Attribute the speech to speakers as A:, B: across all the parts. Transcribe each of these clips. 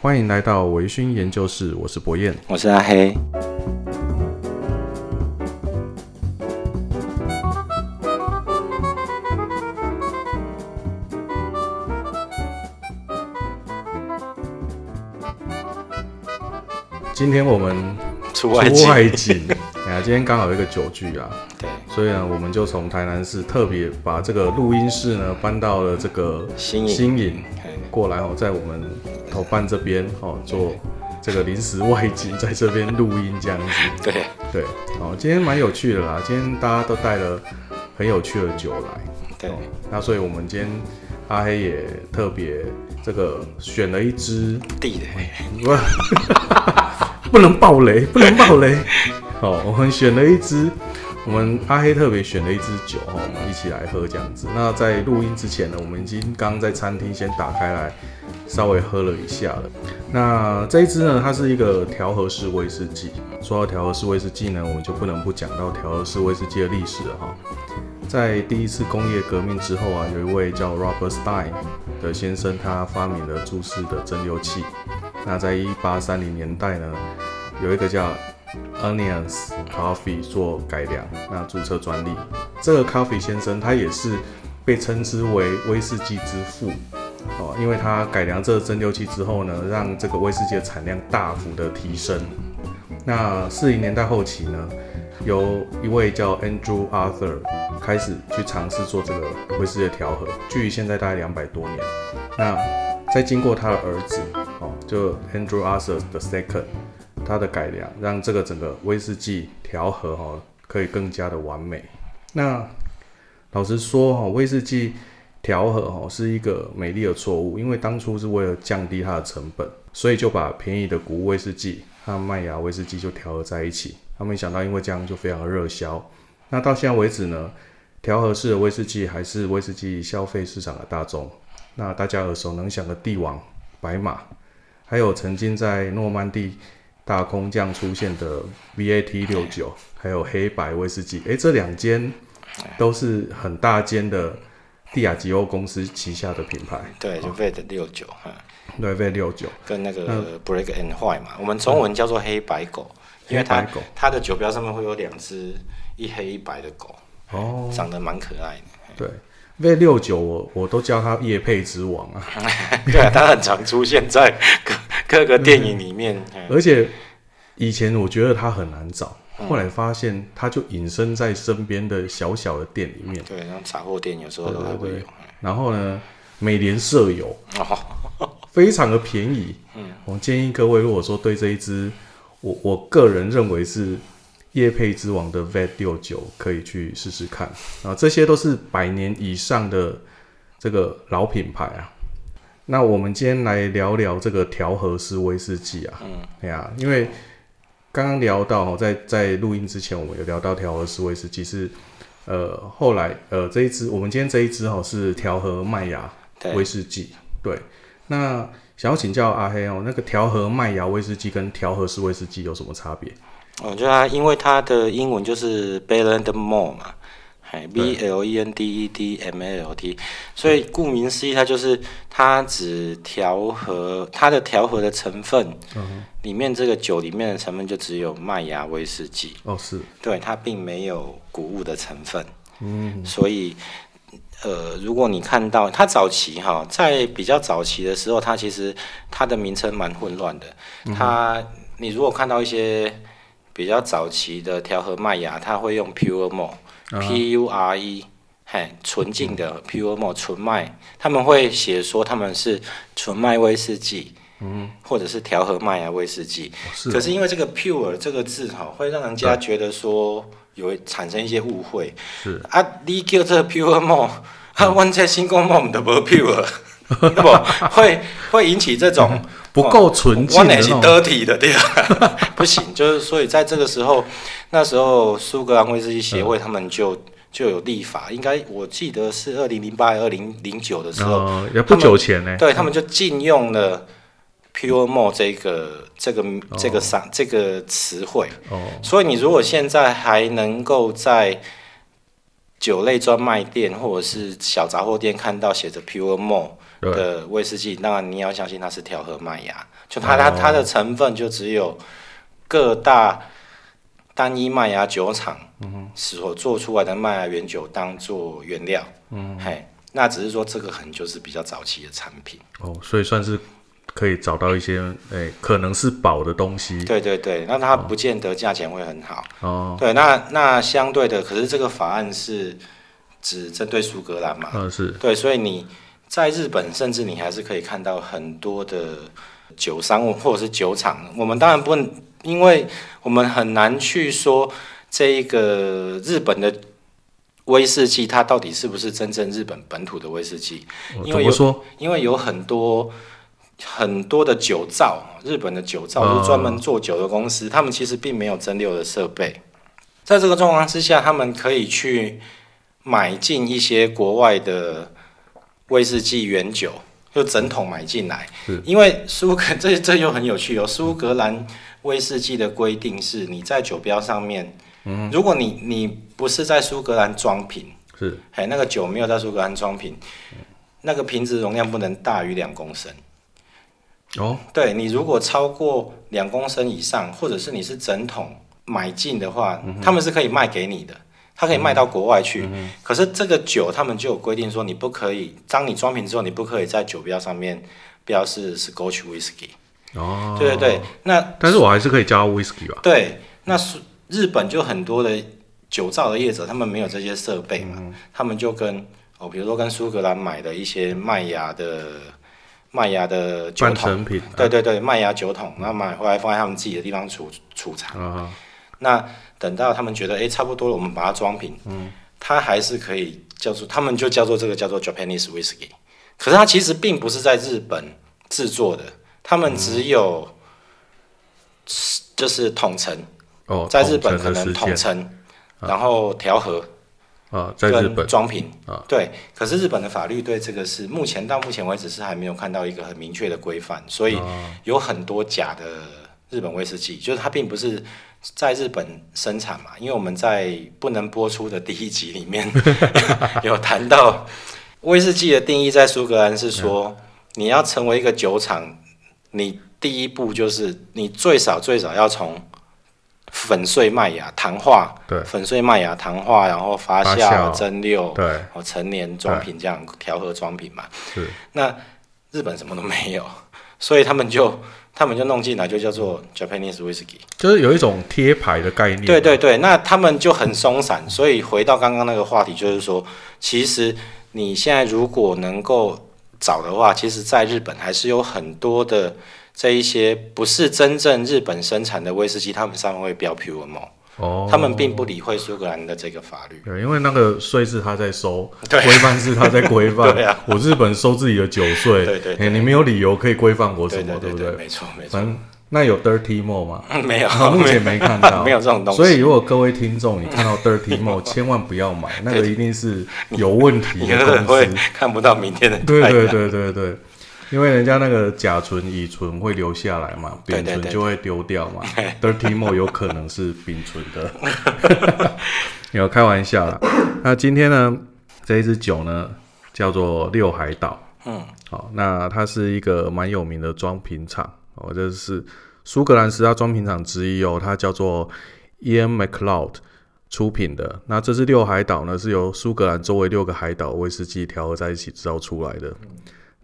A: 欢迎来到微醺研究室，我是博彦。
B: 我是阿黑。
A: 今天我们
B: 出
A: 出
B: 外景，
A: 外景，哎呀，今天刚好有一个酒聚啊，
B: 对，
A: 所以呢，我们就从台南市特别把这个录音室呢搬到了这个
B: 新颖
A: 新营
B: 嘿
A: 过来哦，在我们头办这边哦做这个临时外景，在这边录音这样子。
B: 对，
A: 对，哦，今天蛮有趣的啦，今天大家都带了很有趣的酒来，
B: 对
A: 哦，那所以我们今天阿黑也特别这个选了一支，
B: 地的，
A: 不， 不能爆雷，不能爆 雷，哦，我们选了一支。我们阿黑特别选了一支酒哈，哦我们一起来喝这样子。那在录音之前呢，我们已经刚刚在餐厅先打开来稍微喝了一下了。那这一支呢，它是一个调和式威士忌。说到调和式威士忌呢，我们就不能不讲到调和式威士忌的历史了哈。在第一次工业革命之后啊，有一位叫 Robert Stein 的先生，他发明了注式的蒸馏器。那在一八三零年代呢，有一个叫 Onions Coffee 做改良，那注册专利。这个 Coffee 先生他也是被称之为威士忌之父哦，因为他改良这个蒸馏器之后呢，让这个威士忌的产量大幅的提升。那四零年代后期呢，由一位叫 Andrew Arthur 开始去尝试做这个威士忌的调和，距离现在大概两百多年。那再经过他的儿子哦，就 Andrew Arthur 的 Second，他的改良让这个整个威士忌调和哦可以更加的完美。那老实说哈、哦，威士忌调和哦是一个美丽的错误，因为当初是为了降低它的成本，所以就把便宜的谷物威士忌和麦芽威士忌就调和在一起。他没想到因为这样就非常的热销。那到现在为止呢，调和式的威士忌还是威士忌消费市场的大众。那大家耳熟能详的帝王、白马，还有曾经在诺曼底大空降出现的 VAT 六九，还有黑白威士忌，诶，这两间都是很大间的蒂亚吉欧公司旗下的品牌，
B: 对，就 Red 六九，嗯，
A: 对 V 六九
B: 跟那
A: 嗯
B: 个 Black and White 嘛，我们中文叫做黑白狗，因为它
A: 黑白狗
B: 它的酒标上面会有两只一黑一白的狗，
A: 哦，
B: 长得蛮可爱的。
A: 对 V 六九，我我都叫它叶配之王啊，
B: 对啊，它很常出现在各各个电影里面。嗯
A: 而且以前我觉得它很难找，后来发现它就隐身在身边的小小的店里面，
B: 对，然后杂货店有时候都还会有。
A: 然后呢，美联社有。
B: 哦，
A: 非常的便宜。嗯，我建议各位，如果说对这一支，我我个人认为是叶配之王的 VET 六九，可以去试试看啊。这些都是百年以上的这个老品牌啊。那我们今天来聊聊这个调和式威士忌啊。嗯，哎呀、因为刚刚聊到哦，在在录音之前，我们有聊到调和式威士忌是。呃，后来呃，这一支我们今天这一支哈、哦、是调和麦芽
B: 对
A: 威士忌，对，那想要请教阿黑哦，那个调和麦芽威士忌跟调和式威士忌有什么差别？
B: 我觉得哦它因为它的英文就是 blend more 嘛，哎，b l e n d e d m a l t，所以顾名思义，它就是它只调和它的调和的成分，里面这个酒里面的成分就只有麦芽威士忌，
A: 哦，是
B: 对，它并没有谷物的成分，嗯，所以。呃，如果你看到它早期哈，在比较早期的时候，它其实它的名称蛮混乱的。它你如果看到一些比较早期的调和麦芽，它会用 pure malt，P U R E，嘿，纯净的 pure malt 纯麦，他们会写说他们是纯麦威士忌，嗯，或者是调和麦芽威士忌。
A: 哦是
B: 可是因为这个 pure 这个字哈，会让人家觉得说有产生一些误会。
A: 是嗯
B: 啊，你叫这 pure malt，啊，阮这新公 malt 都 无 pure，对不？会会引起这种
A: 不够 纯净
B: 我
A: 的
B: 也
A: 那
B: 是
A: 种
B: dirty 的对吧？ 不行，就是所以在这个时候，那时候苏格兰威士忌协
A: 嗯
B: 会他们就、就有立法，应该我记得是二零零八、二零零九的时候，
A: 呃，也不久前呢、
B: 对他们就禁用了 pure malt 这个这个这个商、这个词汇。
A: 哦，
B: 所以你如果现在还能够在酒类专卖店或者是小杂货店看到写着 Pure More
A: 对
B: 的威士忌，当然你要相信它是调和麦芽，就它它它的成分就只有各大单一麦芽酒厂所做出来的麦芽原酒当做原料，嗯，嘿，那只是说这个可能就是比较早期的产品，
A: 哦，所以算是可以找到一些哎、可能是宝的东西
B: 对对对，那它不见得价钱会很好，
A: 哦。
B: 对，那那相对的，可是这个法案是只针对苏格兰嘛，
A: 嗯，是
B: 对，所以你在日本，甚至你还是可以看到很多的酒商或者是酒厂。我们当然不能，因为我们很难去说这一个日本的威士忌它到底是不是真正日本本土的威士忌，
A: 哦
B: 因
A: 怎
B: 为
A: 么
B: 有
A: 说？
B: 因为有很多。很多的酒造，日本的酒造
A: 哦
B: 就是专门做酒的公司，他们其实并没有蒸馏的设备。在这个状况之下，他们可以去买进一些国外的威士忌原酒，就整桶买进来
A: 是。
B: 因为苏格 这这又很有趣哦，苏格兰威士忌的规定是，你在酒标上面，如果你你不是在苏格兰装瓶，
A: 是
B: 哎，那个酒没有在苏格兰装瓶，那个瓶子容量不能大于两公升。
A: 哦，
B: 对你如果超过两公升以上，或者是你是整桶买进的话，他们是可以卖给你的，他可以卖到国外去。可是这个酒他们就有规定说，你不可以，当你装瓶之后，你不可以在酒标上面标示 Scotch whisky。
A: 哦，
B: 对对对，那
A: 但是我还是可以加 whisky 吧？
B: 对，那是日本就很多的酒造的业者，他们没有这些设备嘛，
A: 嗯
B: 他们就跟哦，比如说跟苏格兰买的一些麦芽的麦芽的酒
A: 半
B: 桶。
A: 成品
B: 对对对，麦芽酒桶，然后买回来放在他们自己的地方储储藏。
A: 啊，
B: 那等到他们觉得哎差不多了，我们把它装瓶，嗯，它还是可以叫做，他们就叫做这个叫做 Japanese whiskey。可是它其实并不是在日本制作的，他们
A: 嗯
B: 只有、就是统称，
A: 哦，
B: 在日本
A: 统
B: 可
A: 称的
B: 能
A: 时
B: 统
A: 间
B: 称，然后调和
A: 啊，在日
B: 跟
A: 本
B: 装瓶
A: 啊。
B: 对，可是日本的法律对这个是目前到目前为止是还没有看到一个很明确的规范，所以
A: 啊
B: 有很多假的日本威士忌，就是它并不是在日本生产嘛，因为我们在不能播出的第一集里面 有谈到威士忌的定义，在苏格兰是说
A: 嗯
B: 你要成为一个酒厂，你第一步就是你最少最少要从粉碎麦芽糖化，
A: 对
B: 粉碎麦芽糖化，然后发
A: 发
B: 酵、
A: 酵
B: 蒸馏，
A: 对
B: 哦，成年装瓶这样调和装瓶嘛。
A: 是
B: 那日本什么都没有，所以他们就他们就弄进来，就叫做 Japanese whiskey。
A: 就是有一种贴牌的概念，
B: 对对对，那他们就很松散，所以回到刚刚那个话题，就是说，其实你现在如果能够找的话，其实在日本还是有很多的这一些不是真正日本生产的威士忌，他们上面会标 Pure m o
A: 哦，
B: 他们并不理会苏格兰的这个法律。
A: 对，因为那个税是他在收，
B: 对
A: 规范是他在规范。
B: 对啊
A: 我日本收自己的酒税，
B: 对对对
A: 哎你没有理由可以规范我什
B: 对
A: 么，
B: 对
A: 不
B: 对，？没错没错
A: 反，正那有 dirty more 吗？
B: 没有
A: 啊 目前没看到，
B: 没有 这种东西。
A: 所以如果各位听众你看到 dirty more，千万不要买，那个一定是有问题
B: 你
A: 的
B: 可 能
A: 公
B: 会
A: 司。
B: 看不到明天的
A: 对
B: 太
A: 对
B: 阳
A: 对对对，因为人家那个甲醇、乙醇会留下来嘛，
B: 对
A: 丙
B: 对对
A: 醇就会丢掉嘛。Dirty Mo 有可能是丙醇的， 没有开玩笑啦。那今天呢，这一支酒呢叫做六海岛，
B: 嗯，
A: 好，那它是一个蛮有名的装瓶厂哦，这是苏格兰十大装瓶厂之一哦，它叫做 Ian MacLeod。出品的。那这支六海岛呢，是由苏格兰周围六个海岛威士忌调和在一起制造出来的。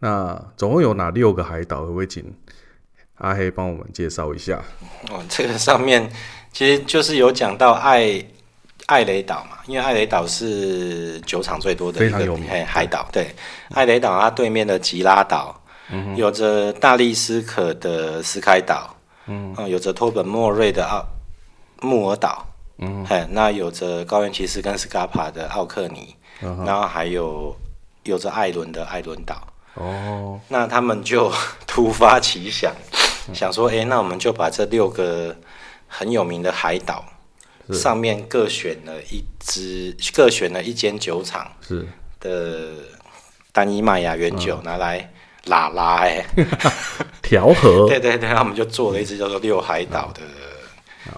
A: 那总共有哪六个海岛？会不会请阿黑帮我们介绍一下？
B: 哦，这个上面其实就是有讲到爱爱雷岛嘛，因为爱雷岛是酒厂最多的
A: 非
B: 一
A: 常
B: 个
A: 有名
B: 嘿海岛。对，爱雷岛它对面的吉拉岛，
A: 嗯
B: 有着大力斯可的斯开岛，嗯、有着托本莫瑞的奥穆尔岛，嗯，嘿，那有着高原骑士跟斯卡帕的奥克尼，
A: 嗯
B: 然后还有有着艾伦的艾伦岛。
A: 哦，
B: 那他们就 突发奇想，想说，哎、那我们就把这六个很有名的海岛
A: 是
B: 上面各选了一支，各选了一间酒厂
A: 是
B: 的单一麦芽原酒拿来拉拉、 诶
A: 调和
B: 嗯对对对，那我们就做了一支叫做六海岛的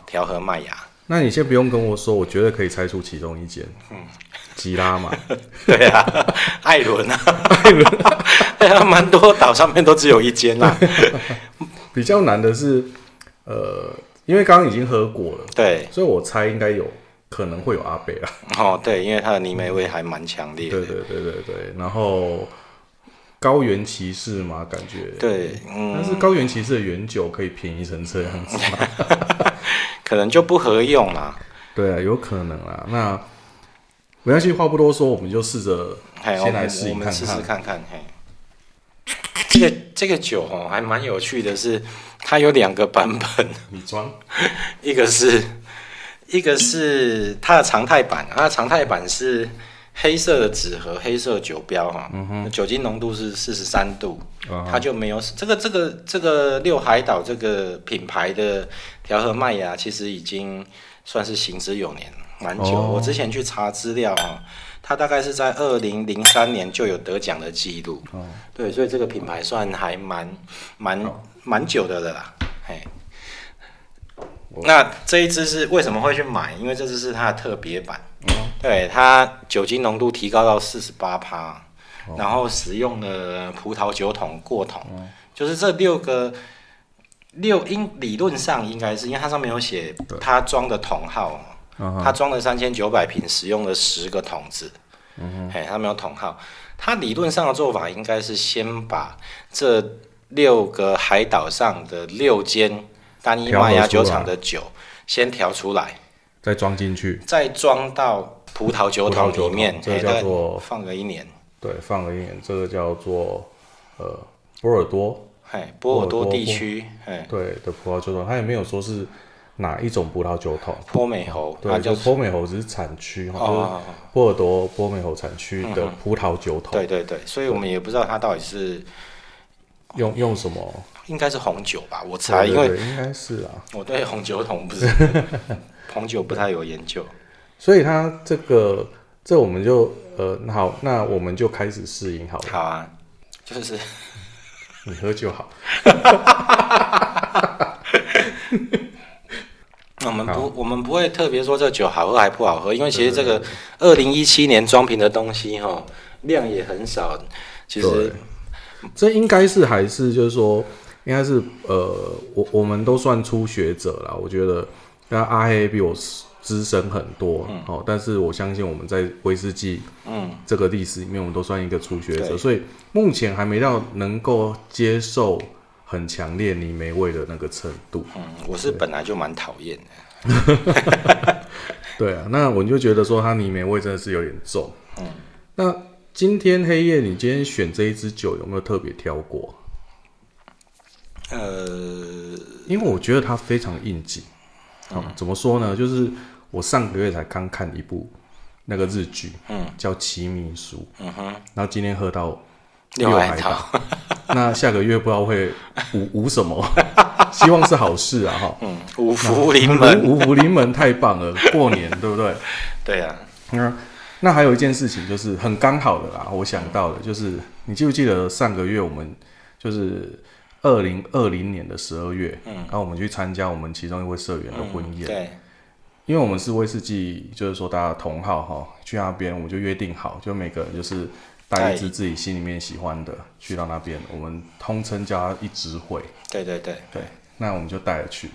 B: 调和麦芽。
A: 那你先不用跟我说，我绝对可以猜出其中一间。嗯，吉拉嘛，
B: 对啊， 艾伦啊，艾伦， 对啊，蛮多岛上面都只有一间啦、
A: 比较难的是，呃，因为刚刚已经喝过了，
B: 对，
A: 所以我猜应该有可能会有阿北啦。
B: 哦，对，因为它的泥煤味还蛮强烈
A: 对
B: 的。
A: 对对对对，然后高原骑士嘛，感觉。
B: 对，嗯，
A: 但是高原骑士的原酒可以便宜成这样子吗？
B: 可能就不合用啦。
A: 对啊，有可能啦。那没关系，话不多说，我们就试着
B: 嘿，我
A: 先来
B: 们
A: 试
B: 我
A: 一
B: 们
A: 看
B: 试试
A: 看。
B: 看看。嘿，这个这个酒哦，还蛮有趣的是，它有两个版本，
A: 你装
B: 一个是一个是它的常态版，啊它的常态版是黑色的纸盒，黑色酒标哈，酒精浓度是四十三度，
A: 嗯啊
B: 它就没有这个这个这个六海岛这个品牌的调和麦芽，其实已经算是行之有年，蛮久。
A: 哦
B: 我之前去查资料啊，它大概是在二零零三年就有得奖的记录，
A: 哦
B: 对，所以这个品牌算还蛮蛮蛮久的了啦，嘿。那这一支是为什么会去买？因为这支是它的特别版，对它酒精浓度提高到四十八趴，然后使用了葡萄酒桶过桶，就是这六个六应理论上应该是，因为它上面有写它装的桶号，
A: 啊
B: 它装了三千九百瓶，使用了十个桶子，
A: 嗯
B: 哎、它没有桶号。它理论上的做法应该是先把这六个海岛上的六间单一麦芽酒厂的酒先调出来，
A: 再装进去，
B: 再装到葡萄酒桶里
A: 葡萄酒
B: 面，
A: 桶这个
B: 哎
A: 叫
B: 大概
A: 做
B: 放个一年。
A: 对，放了一眼，这个叫做呃波尔多
B: 哎，波
A: 波
B: 尔
A: 尔
B: 多
A: 多
B: 地区，哎，
A: 对的葡萄酒桶，它也没有说是哪一种葡萄酒桶，
B: 波美猴，它
A: 对，
B: 叫
A: 就波美猴只是产区哈，就是
B: 哦，嗯
A: 波尔多波美猴产区的葡萄酒桶，
B: 对对对，所以我们也不知道它到底是
A: 用用什么？
B: 应该是红酒吧，我猜，
A: 对
B: 因
A: 对
B: 为
A: 对应该是啊，
B: 我对红酒桶 不是红酒不太有研究。
A: 所以它这个这我们就呃好，那我们就开始试饮好了，
B: 好啊，就是
A: 你喝就好。
B: 我们不我们不会特别说这酒好喝还不好喝，因为其实这个二零一七年装瓶的东西哈量也很少，其实
A: 这应该是还是就是说，应该是呃，我我们都算初学者啦。我觉得那阿黑比我资深很多，哦，但是我相信我们在威士忌
B: 嗯
A: 这个历史里面，我们都算一个初学者，
B: 对
A: 所以目前还没到能够接受很强烈泥煤味的那个程度。
B: 嗯，我是本来就蛮讨厌的，
A: 对啊，那我就觉得说它泥煤味真的是有点重。嗯，那今天黑夜，你今天选这一支酒有没有特别挑过？
B: 呃，
A: 因为我觉得它非常应景。嗯，怎么说呢？就是我上个月才刚看一部那个日剧，
B: 嗯，
A: 叫《奇米书》，
B: 嗯哼，
A: 然后今天喝到
B: 六海
A: 岛，
B: 岛，
A: 那下个月不知道会无无什么， 希望是好事啊哈。
B: 嗯，五福临门，
A: 五福临门太棒了，过年 对不对？
B: 对啊，
A: 那那还有一件事情就是很刚好的啦，我想到的就是你记不记得上个月我们就是二零二零年的十二月，嗯，然后我们去参加我们其中一位社员的婚
B: 嗯
A: 宴，
B: 对，
A: 因为我们是威士忌，就是说大家同好哈，去那边我们就约定好，就每个人就是带一支自己心里面喜欢的去到那边，我们通称叫它一支会，
B: 对对对，
A: 对，那我们就带了去。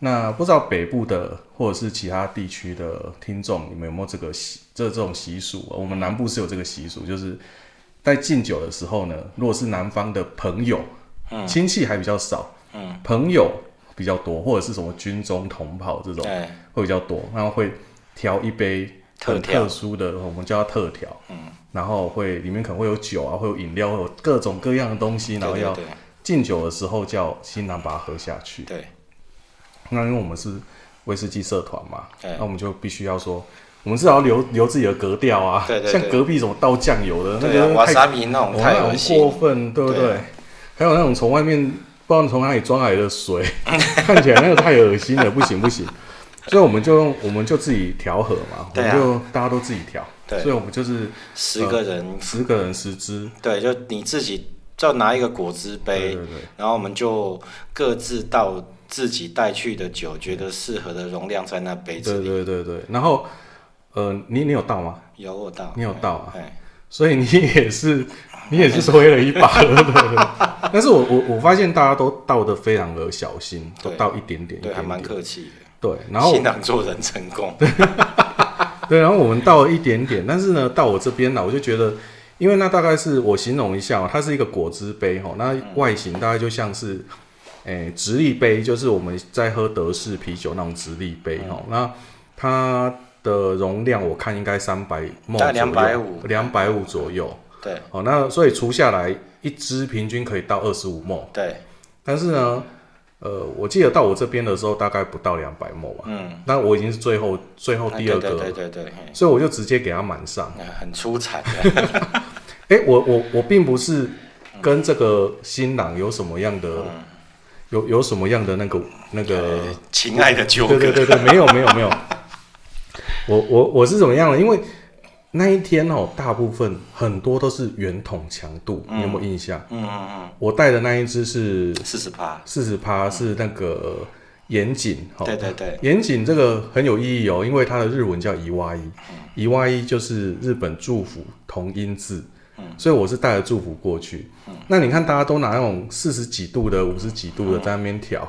A: 那不知道北部的或者是其他地区的听众，你们有没有这个习这这种习俗、啊？我们南部是有这个习俗，就是在敬酒的时候呢，如果是南方的朋友，亲戚还比较少，
B: 嗯，
A: 朋友比较多，或者是什么军中同袍这种，
B: 对，
A: 会比较多，然后会挑一杯很
B: 特调
A: 特殊的，我们叫它特调，嗯，然后会里面可能会有酒啊，会有饮料，会有各种各样的东西，然后
B: 对
A: 要
B: 对
A: 敬酒的时候叫新郎把它喝下去
B: 对。对，
A: 那因为我们是威士忌社团嘛，
B: 对
A: 那我们就必须要说，我们至少要留留自己的格调啊，
B: 对对对
A: 像隔壁什么倒酱油的那
B: 对啊，
A: 个
B: 瓦
A: 太
B: 萨比那种
A: 哦
B: 太
A: 那
B: 恶
A: 种
B: 心
A: 过，分，对不对？
B: 对啊
A: 还有那种从外面不知道从哪里装来的 水，看起来那个太恶心了，不行不行。所以我们就用，我们就自己调和嘛，我
B: 对
A: 们
B: 啊
A: 就大家都自己调，
B: 对
A: 所以我们就是
B: 十个人
A: 十个人十支，
B: 对，就你自己就拿一个果汁杯，
A: 对对对，
B: 然后我们就各自倒自己带去的酒，觉得适合的容量在那杯子
A: 对
B: 里。
A: 对对对。然后，呃，你你有到吗？
B: 有我倒，
A: 你有倒啊？
B: 哎，
A: 所以你也是，你也是推了一把了，对不 对？但是我我我发现大家都倒的非常的小心，都
B: 对
A: 倒一点点，一
B: 对，还
A: 点
B: 蛮
A: 点。
B: 客气的。
A: 对，然后
B: 新郎做人成功，
A: 对，然后我们倒了一点点，但是呢，到我这边呢，我就觉得，因为那大概是我形容一下、哦，它是一个果汁杯哈、哦，那外形大概就像是，诶，直立杯，就是我们在喝德式啤酒那种直立杯
B: 嗯
A: 哈、哦，那它的容量我看应该三百，
B: 大概250
A: 两百五左右。
B: 对
A: 哦，那所以除下来一支平均可以到二十五 m
B: 对，
A: 但是呢，呃，我记得到我这边的时候大概不到两百 m 吧。
B: 嗯，
A: 那我已经是最后最后
B: 啊
A: 第二个
B: 对对
A: 了，
B: 对对对，嘿
A: 所以我就直接给它满上。
B: 那很出彩的，
A: 哎、我我我并不是跟这个新郎有什么样的、有有什么样的那个那个
B: 呃，情爱的纠葛，
A: 对对对对，没有没有没有， 我我我是怎么样的？因为那一天哦，大部分很多都是圆筒强度，你有没有印象？
B: 嗯嗯
A: 我带的那一只是
B: 嗯，四十趴，
A: 四十趴，是那个哦严谨哈。
B: 对对对，
A: 严谨这个很有意义哦，因为它的日文叫伊哇伊，
B: 嗯
A: 伊哇伊就是日本祝福同音字，
B: 嗯
A: 所以我是带着祝福过去。那你看大家都拿那种四十几度的、五十几度
B: 嗯
A: 的在那边调，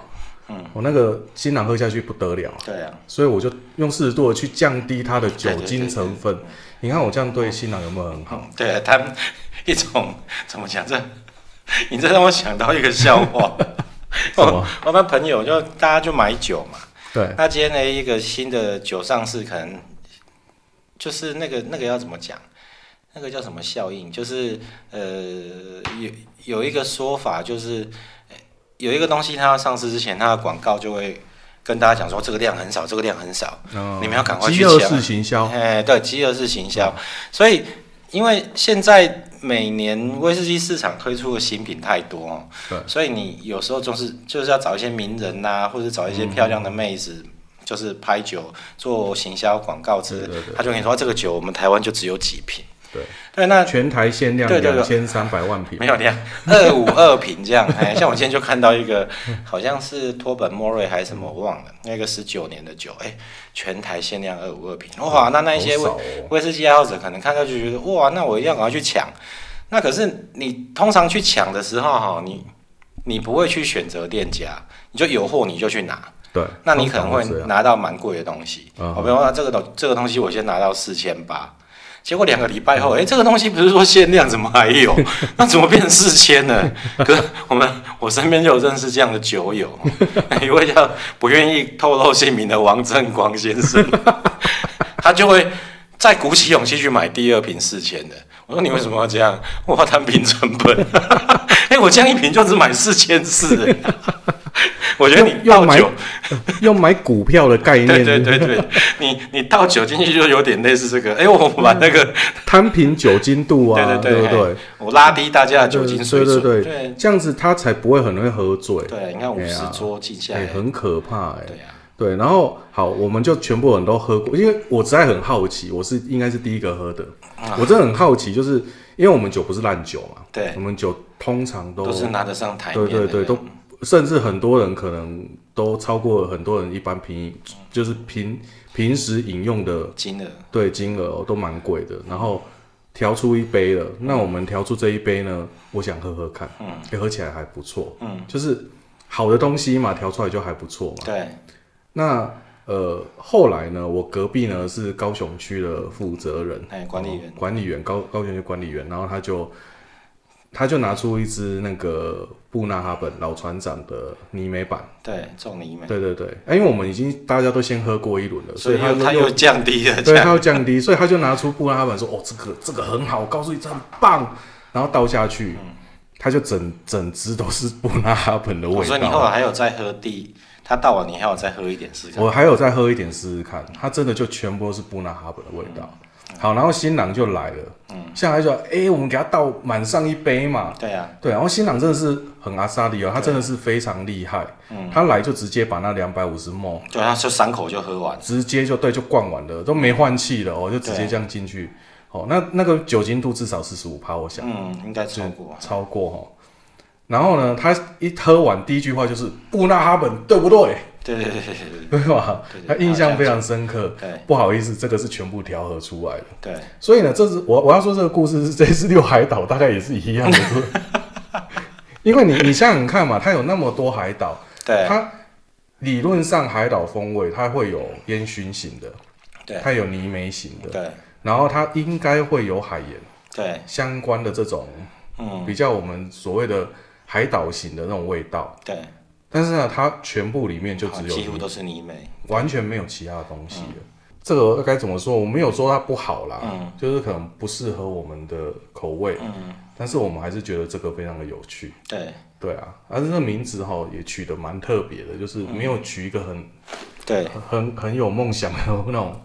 A: 我那个新郎喝下去不得了，
B: 对啊，
A: 所以我就用四十度的去降低它的酒
B: 对对对
A: 精成分。你看我这样对新郎有没有很好？。
B: 嗯，对啊，他们一种怎么讲这，你这让我想到一个笑话
A: 什么哎
B: 我我们朋友就大家就买酒嘛，
A: 对，
B: 那今天呢一个新的酒上市，可能就是那个那个要怎么讲？那个叫什么效应？就是呃有有一个说法，就是呃有一个东西它要上市之前，它的广告就会跟大家讲说这个量很少，这个量很少，
A: 嗯
B: 你们要赶快去
A: 饥饿
B: 抢
A: 式行销，
B: 哎，对，饥饿式行销。所以，因为现在每年威士忌市场推出的新品太多、哦，
A: 对
B: 所以你有时候就是就是要找一些名人呐、或者找一些
A: 嗯
B: 漂亮的妹子。就是拍酒做行销广告之类，
A: 对对对
B: 他就跟你说、啊这个酒我们台湾就只有几瓶，
A: 对，
B: 对，那
A: 全台限量
B: 对对
A: 两
B: 对
A: 千三百万瓶
B: 没，有量二五二瓶这样。哎，像我今天就看到一个，好像是托本莫瑞还是什么，我忘了，那个十九年的酒，哎，全台限量二五二瓶，哇，那那一些
A: 好
B: 威
A: 少哦
B: 威士忌爱好者可能看到就觉得，哇，那我一定要赶快去抢。那可是你通常去抢的时候，哈，你你不会去选择店家，你就有货你就去拿。
A: 对，
B: 那你可能会
A: 通常这样
B: 拿到蛮贵的东西。
A: 嗯
B: 哦我比方说啊这个东这个东西，我先拿到四千八，结果两个礼拜后，哎、这个东西不是说限量，怎么还 有？那怎么变四千呢？可是我们我身边就有认识这样的酒友， 一位叫不愿意透露姓名的王正光先 生，他就会。再鼓起勇气去买第二瓶四千的，我说你为什么要这样？我要摊平成本。 哎、我这样一瓶就只买四千四，欸 我觉得你
A: 要
B: 倒
A: 买
B: 酒
A: 用买股票的概
B: 对
A: 念，
B: 对对对， 你你倒酒进去就有点类似这个，哎、我把那个，
A: 摊平酒精度啊，
B: 对对
A: 不对？
B: 哎我拉低大家的酒精水准，
A: 对对
B: 对
A: 这样子他才不会很容易喝醉，
B: 对你看五
A: 哎
B: 十
A: 呀
B: 桌记下
A: 哎、
B: 来，
A: 很可怕哎、
B: 对啊呀、
A: 对，然后好，我们就全部人都喝过，因为我实在很好奇，我是应该是第一个喝的，我真的很好奇，就是因为我们酒不是烂酒嘛，
B: 啊对
A: 我们酒通常都
B: 都是拿得上台面
A: 对
B: 的，
A: 对对，都甚至很多人可能都超过很多人一般平就是平平时饮用的
B: 金额，
A: 对金额、哦、都蛮贵的，然后调出一杯了，那我们调出这一杯呢，我想喝喝看，嗯，喝起来还不错，嗯，就是好的东西嘛，调出来就还不错嘛。
B: 对，
A: 那呃，后来呢，我隔壁呢是高雄区的负责人，哦
B: 哎，管理员，
A: 管理员高高雄区管理员，然后他就他就拿出一支那个布纳哈本老船长的泥煤版，
B: 对，仲尼美，
A: 对对对，哎因为我们已经大家都先喝过一轮了，所
B: 所
A: 以
B: 以
A: 他
B: 又他
A: 又
B: 又降低 了
A: 对，
B: 价，
A: 他要降低，所以他就拿出布拉板说：“哦，这个这个很好，我告诉你这很棒。”然后倒下去，
B: 嗯
A: 他就整整只都是布拉哈本的
B: 我
A: 味
B: 说你后
A: 道。啊
B: 来还有再喝第，他倒完你还有再喝一点试试看，
A: 我还有再喝一点试试看，它真的就全部都是布拉哈本的味道。
B: 嗯
A: 好，然后新郎就来了，下来就哎、我们给他倒满上一杯嘛。
B: 对啊，
A: 对，然后新郎真的是很阿萨利哦，他真的是非常厉害，
B: 嗯
A: 他来就直接把那两百五十 ml
B: 就他就三口就喝完，
A: 直接就对就灌完了，都没换气了，我就直接这样哦进去。哦，那那个酒精度至少四十五趴，我想
B: 嗯，应该超过，
A: 超过哈。哦然后呢，他一喝完第一句话就是布纳哈本，对 不对？
B: 对对对对对
A: 对吧？
B: 对对
A: 他印象非常深刻。
B: 对
A: 不好意思，这个是全部调和出来的。
B: 对对，
A: 所以呢，这是我我要说这个故事是 这次六海岛大概也是一样的，是 因为你你想想看嘛，它有那么多海岛，
B: 对
A: 它理论上海岛风味它会有烟熏型的，
B: 对
A: 它有泥煤型的，
B: 对
A: 然后它应该会有海盐
B: 对，
A: 相关的这种
B: 嗯，
A: 比较我们所谓的海岛型的那种味道，
B: 对，
A: 但是呢，它全部里面就
B: 好
A: 只有
B: 几乎
A: 泥
B: 都是泥煤，
A: 完全没有其他的东西了。这个该怎么说？我没有说它不好啦，
B: 嗯
A: 就是可能不适合我们的口味，
B: 嗯，
A: 但是我们还是觉得这个非常的有趣。
B: 对
A: 对啊，而这个名字哈也取得蛮特别的，就是没有取一个很、
B: 对。
A: 很很有梦想的那种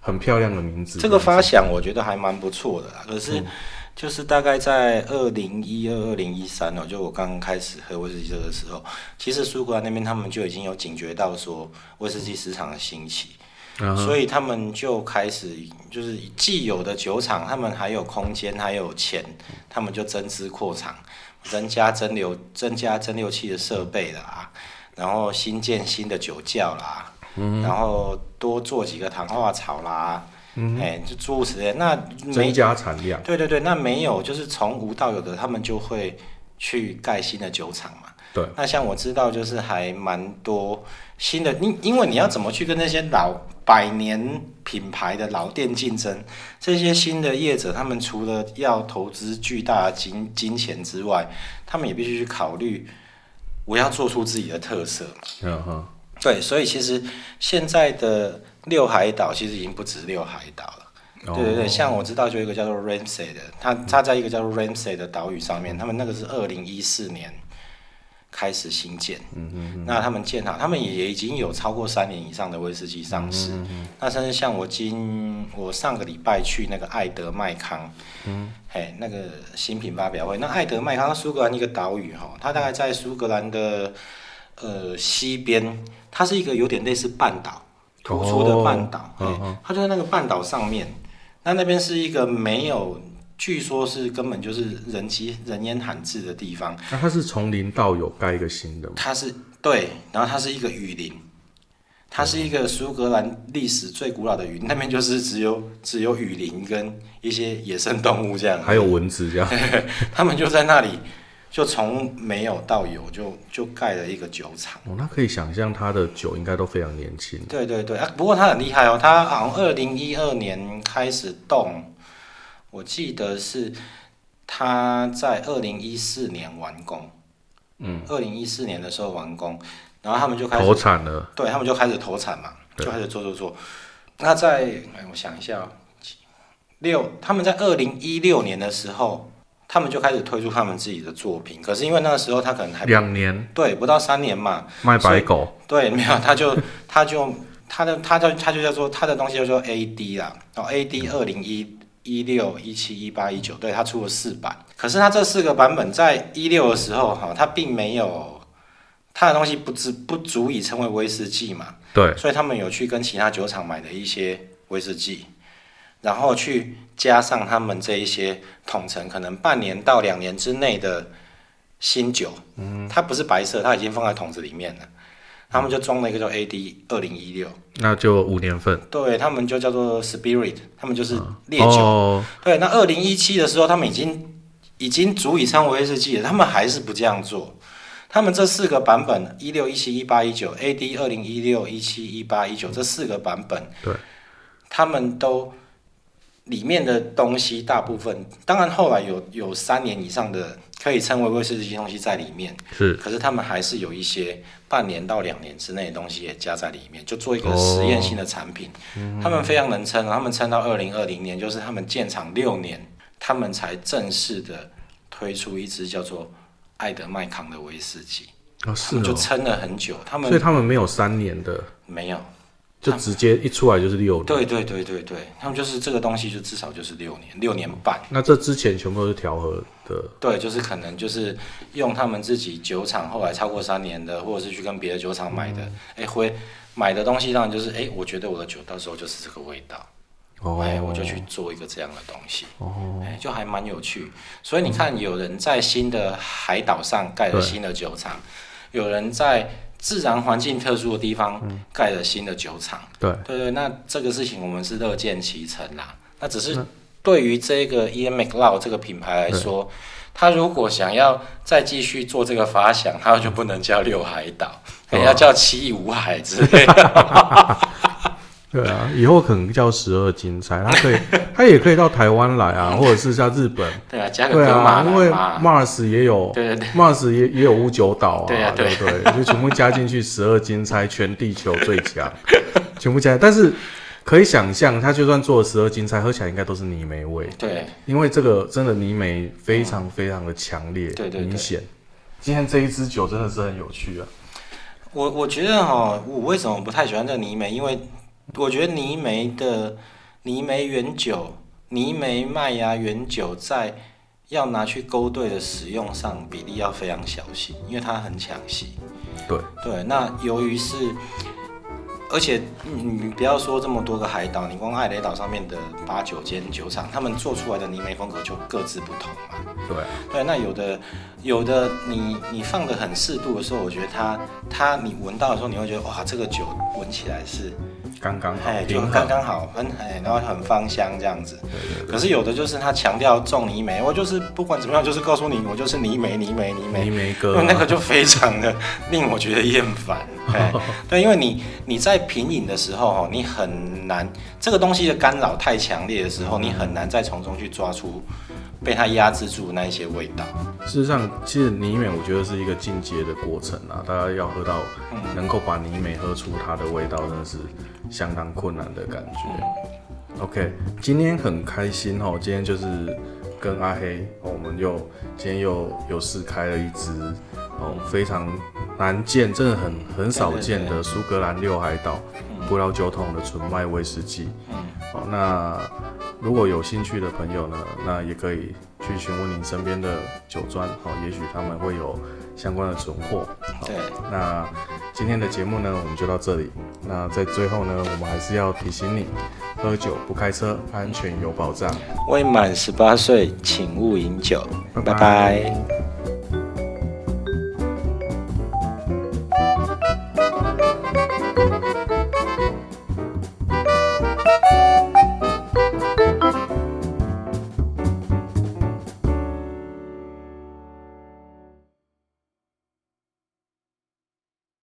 A: 很漂亮的名字。
B: 这个发想我觉得还蛮不错的啦，可
A: 嗯
B: 是就是大概在二零一二、二零一三哦，就我刚开始喝威士忌这个时候，其实苏格兰那边他们就已经有警觉到说威士忌市场的兴起，
A: 嗯哼
B: 所以他们就开始就是既有的酒厂，他们还有空间，还有钱，他们就增资扩厂，增加蒸馏增加蒸馏器的设备啦，然后新建新的酒窖啦，
A: 嗯
B: 然后多做几个糖化槽啦，哎、
A: 嗯
B: 就诸如此类。那没
A: 增加产量，
B: 对对对，那没有就是从无到有的，他们就会去盖新的酒厂嘛。
A: 对，
B: 那像我知道，就是还蛮多新的，因因为你要怎么去跟那些老百年品牌的老店竞争？这些新的业者，他们除了要投资巨大的金金钱之外，他们也必须去考虑，我要做出自己的特色。
A: 嗯哼，
B: 对，所以其实现在的六海岛其实已经不止六海岛了。对对对，像我知道就有一个叫做 Ramsay 的，他他在一个叫做 Ramsay 的岛屿上面，他们那个是二零一四年开始新建，嗯嗯，那他们建好，他们也已经有超过三年以上的威士忌上市，那甚至像我今我上个礼拜去那个艾德麦康，嗯，嘿，那个新品发表会，那艾德麦康它苏格兰一个岛屿哈，它大概在苏格兰的呃西边，它是一个有点类似半岛。突出的半岛，
A: 哦
B: 嘿
A: 嗯
B: 它就在那个半岛上面。那那边是一个没有，据说是根本就是人迹人烟罕至的地方。
A: 那它是从零到有盖一个新的吗？
B: 它是对，然后它是一个雨林，它是一个苏格兰历史最古老的雨林，那边就是只有只有雨林跟一些野生动物这样。
A: 还有蚊子这样，
B: 他们就在那里，就从没有到有就就盖了一个酒厂。
A: 哦，那可以想象它的酒应该都非常年轻。
B: 对对对啊，不过他很厉害哦，他好像二零一二年开始动，我记得是他在二零一四年完工，嗯，二零一四年的时候完工，然后他们就开始
A: 投产了，
B: 对他们就开始投产嘛，
A: 对
B: 就开始做做做。那在哎，我想一下、哦，六他们在二零一六年的时候，他们就开始推出他们自己的作品，可是因为那个时候他可能还
A: 两年
B: 对不到三年嘛，
A: 卖白狗，
B: 对，没有，他就他就他的他就他就叫做他的东西叫做 AD 啦，哦，AD 二零一一六一七一八一九，对，他出了四版，可是他这四个版本在一六的时候哈、他并没有。他的东西不知不足以称为威士忌嘛，
A: 对，
B: 所以他们有去跟其他酒厂买的一些威士忌，然后去加上他们这一些统称，可能半年到两年之内的新酒，嗯，它不是白色，它已经放在桶子里面了，他们就装了一个叫 AD 二零一六，
A: 那就五年份
B: 对他们就叫做 Spirit，他们就是烈酒，
A: 哦，
B: 对，那二零一七的时候，他们已经已经足以称为威士忌了，他们还是不这样做。他们这四个版本一六、一七、一八、一九、AD 二零一六、一七、一八、一九这四个版本，
A: 对，
B: 他们都里面的东西大部分，当然后来有有三年以上的可以称为威士忌的东西在里面，
A: 是
B: 可是他们还是有一些半年到两年之内的东西也加在里面，就做一个实验性的产品。
A: 嗯
B: 他们非常能撑，他们撑到二零二零年，就是他们建厂六年，他们才正式的推出一支叫做艾德麦康的威士忌，
A: 哦
B: 他
A: 是
B: 们就
A: 哦，
B: 撑了很久。他
A: 所以
B: 们
A: 他们没有三年的，
B: 没有，
A: 就直接一出来就是六年。
B: 对对对对对，他们就是这个东西就至少就是六年，六年半。
A: 那这之前全部都是调和的，
B: 对，就是可能就是用他们自己酒厂后来超过三年的，或者是去跟别的酒厂买的，哎、回买的东西当然就是哎、我觉得我的酒到时候就是这个味道，
A: 哦
B: 哎，我就去做一个这样的东西，哎，就还蛮有趣。所以你看，有人在新的海岛上盖了
A: 对
B: 新的酒厂，有人在自然环境特殊的地方盖了新的酒厂，
A: 嗯对，
B: 对对，那这个事情我们是乐见其成啦。那只是对于这个 e m c l o u d 这个品牌来说，他如果想要再继续做这个发想，他就不能叫六海岛，
A: 哦
B: 要叫七五海之类的。
A: 对啊，以后可能叫十二金钗，它可以，它也可以到台湾来啊，或者是像日本，
B: 对啊，加个
A: 对
B: 格马
A: 啊，因为
B: 兰嘛。
A: Mars 也有
B: 对对对，
A: Mars 也也有五九岛啊，
B: 对啊对
A: 不对？ 就全部加进去，十二金钗全地球最强， 全部加，但是可以想象，它就算做十二金钗，喝起来应该都是泥煤味，
B: 对
A: 因为这个真的泥煤非常非常的强烈，
B: 对对对
A: 明显。今天这一支酒真的是很有趣啊，
B: 我，我觉得哈，我为什么不太喜欢这个泥煤？因为我觉得泥煤的泥煤原酒、泥煤麦芽原酒在要拿去勾兑的使用上比例要非常小心，因为它很抢戏。
A: 对，
B: 对，那由于是，而且你你不要说这么多个海岛，你光爱雷岛上面的八九间酒厂，他们做出来的泥煤风格就各自不同嘛。
A: 对啊，
B: 对，那有的有的你你放的很适度的时候，我觉得它它你闻到的时候，你会觉得哇，这个酒闻起来是
A: 刚刚好
B: 哎，，就
A: 平衡
B: 刚刚好，很哎，然后很芳香这样子。可是有的就是它强调重泥煤，我就是不管怎么样，就是告诉你我就是泥煤泥煤泥煤
A: 泥。煤哥
B: 那
A: 啊，
B: 那个就非常的令我觉得厌烦。哎对，因为你你在品饮的时候哦，你很难这个东西的干扰太强烈的时候，你很难再从中去抓出被它压制住的那一些味道。
A: 事实上，其实泥美我觉得是一个进阶的过程啊，大家要喝到能够把泥美喝出它的味道，真的是相当困难的感觉。OK，今天很开心哦，今天就是跟阿黑，哦我们又今天又有试开了一支哦，非常难见，真的很很少见的苏格兰六海岛葡萄酒桶的纯麦威士忌。
B: 嗯
A: 哦，那如果有兴趣的朋友呢，那也可以去询问您身边的酒庄，好、也许他们会有相关的存货。好
B: 对，
A: 那今天的节目呢，我们就到这里。那在最后呢，我们还是要提醒你，喝酒不开车，安全有保障。
B: 未满十八岁，请勿饮酒。
A: 拜
B: 拜拜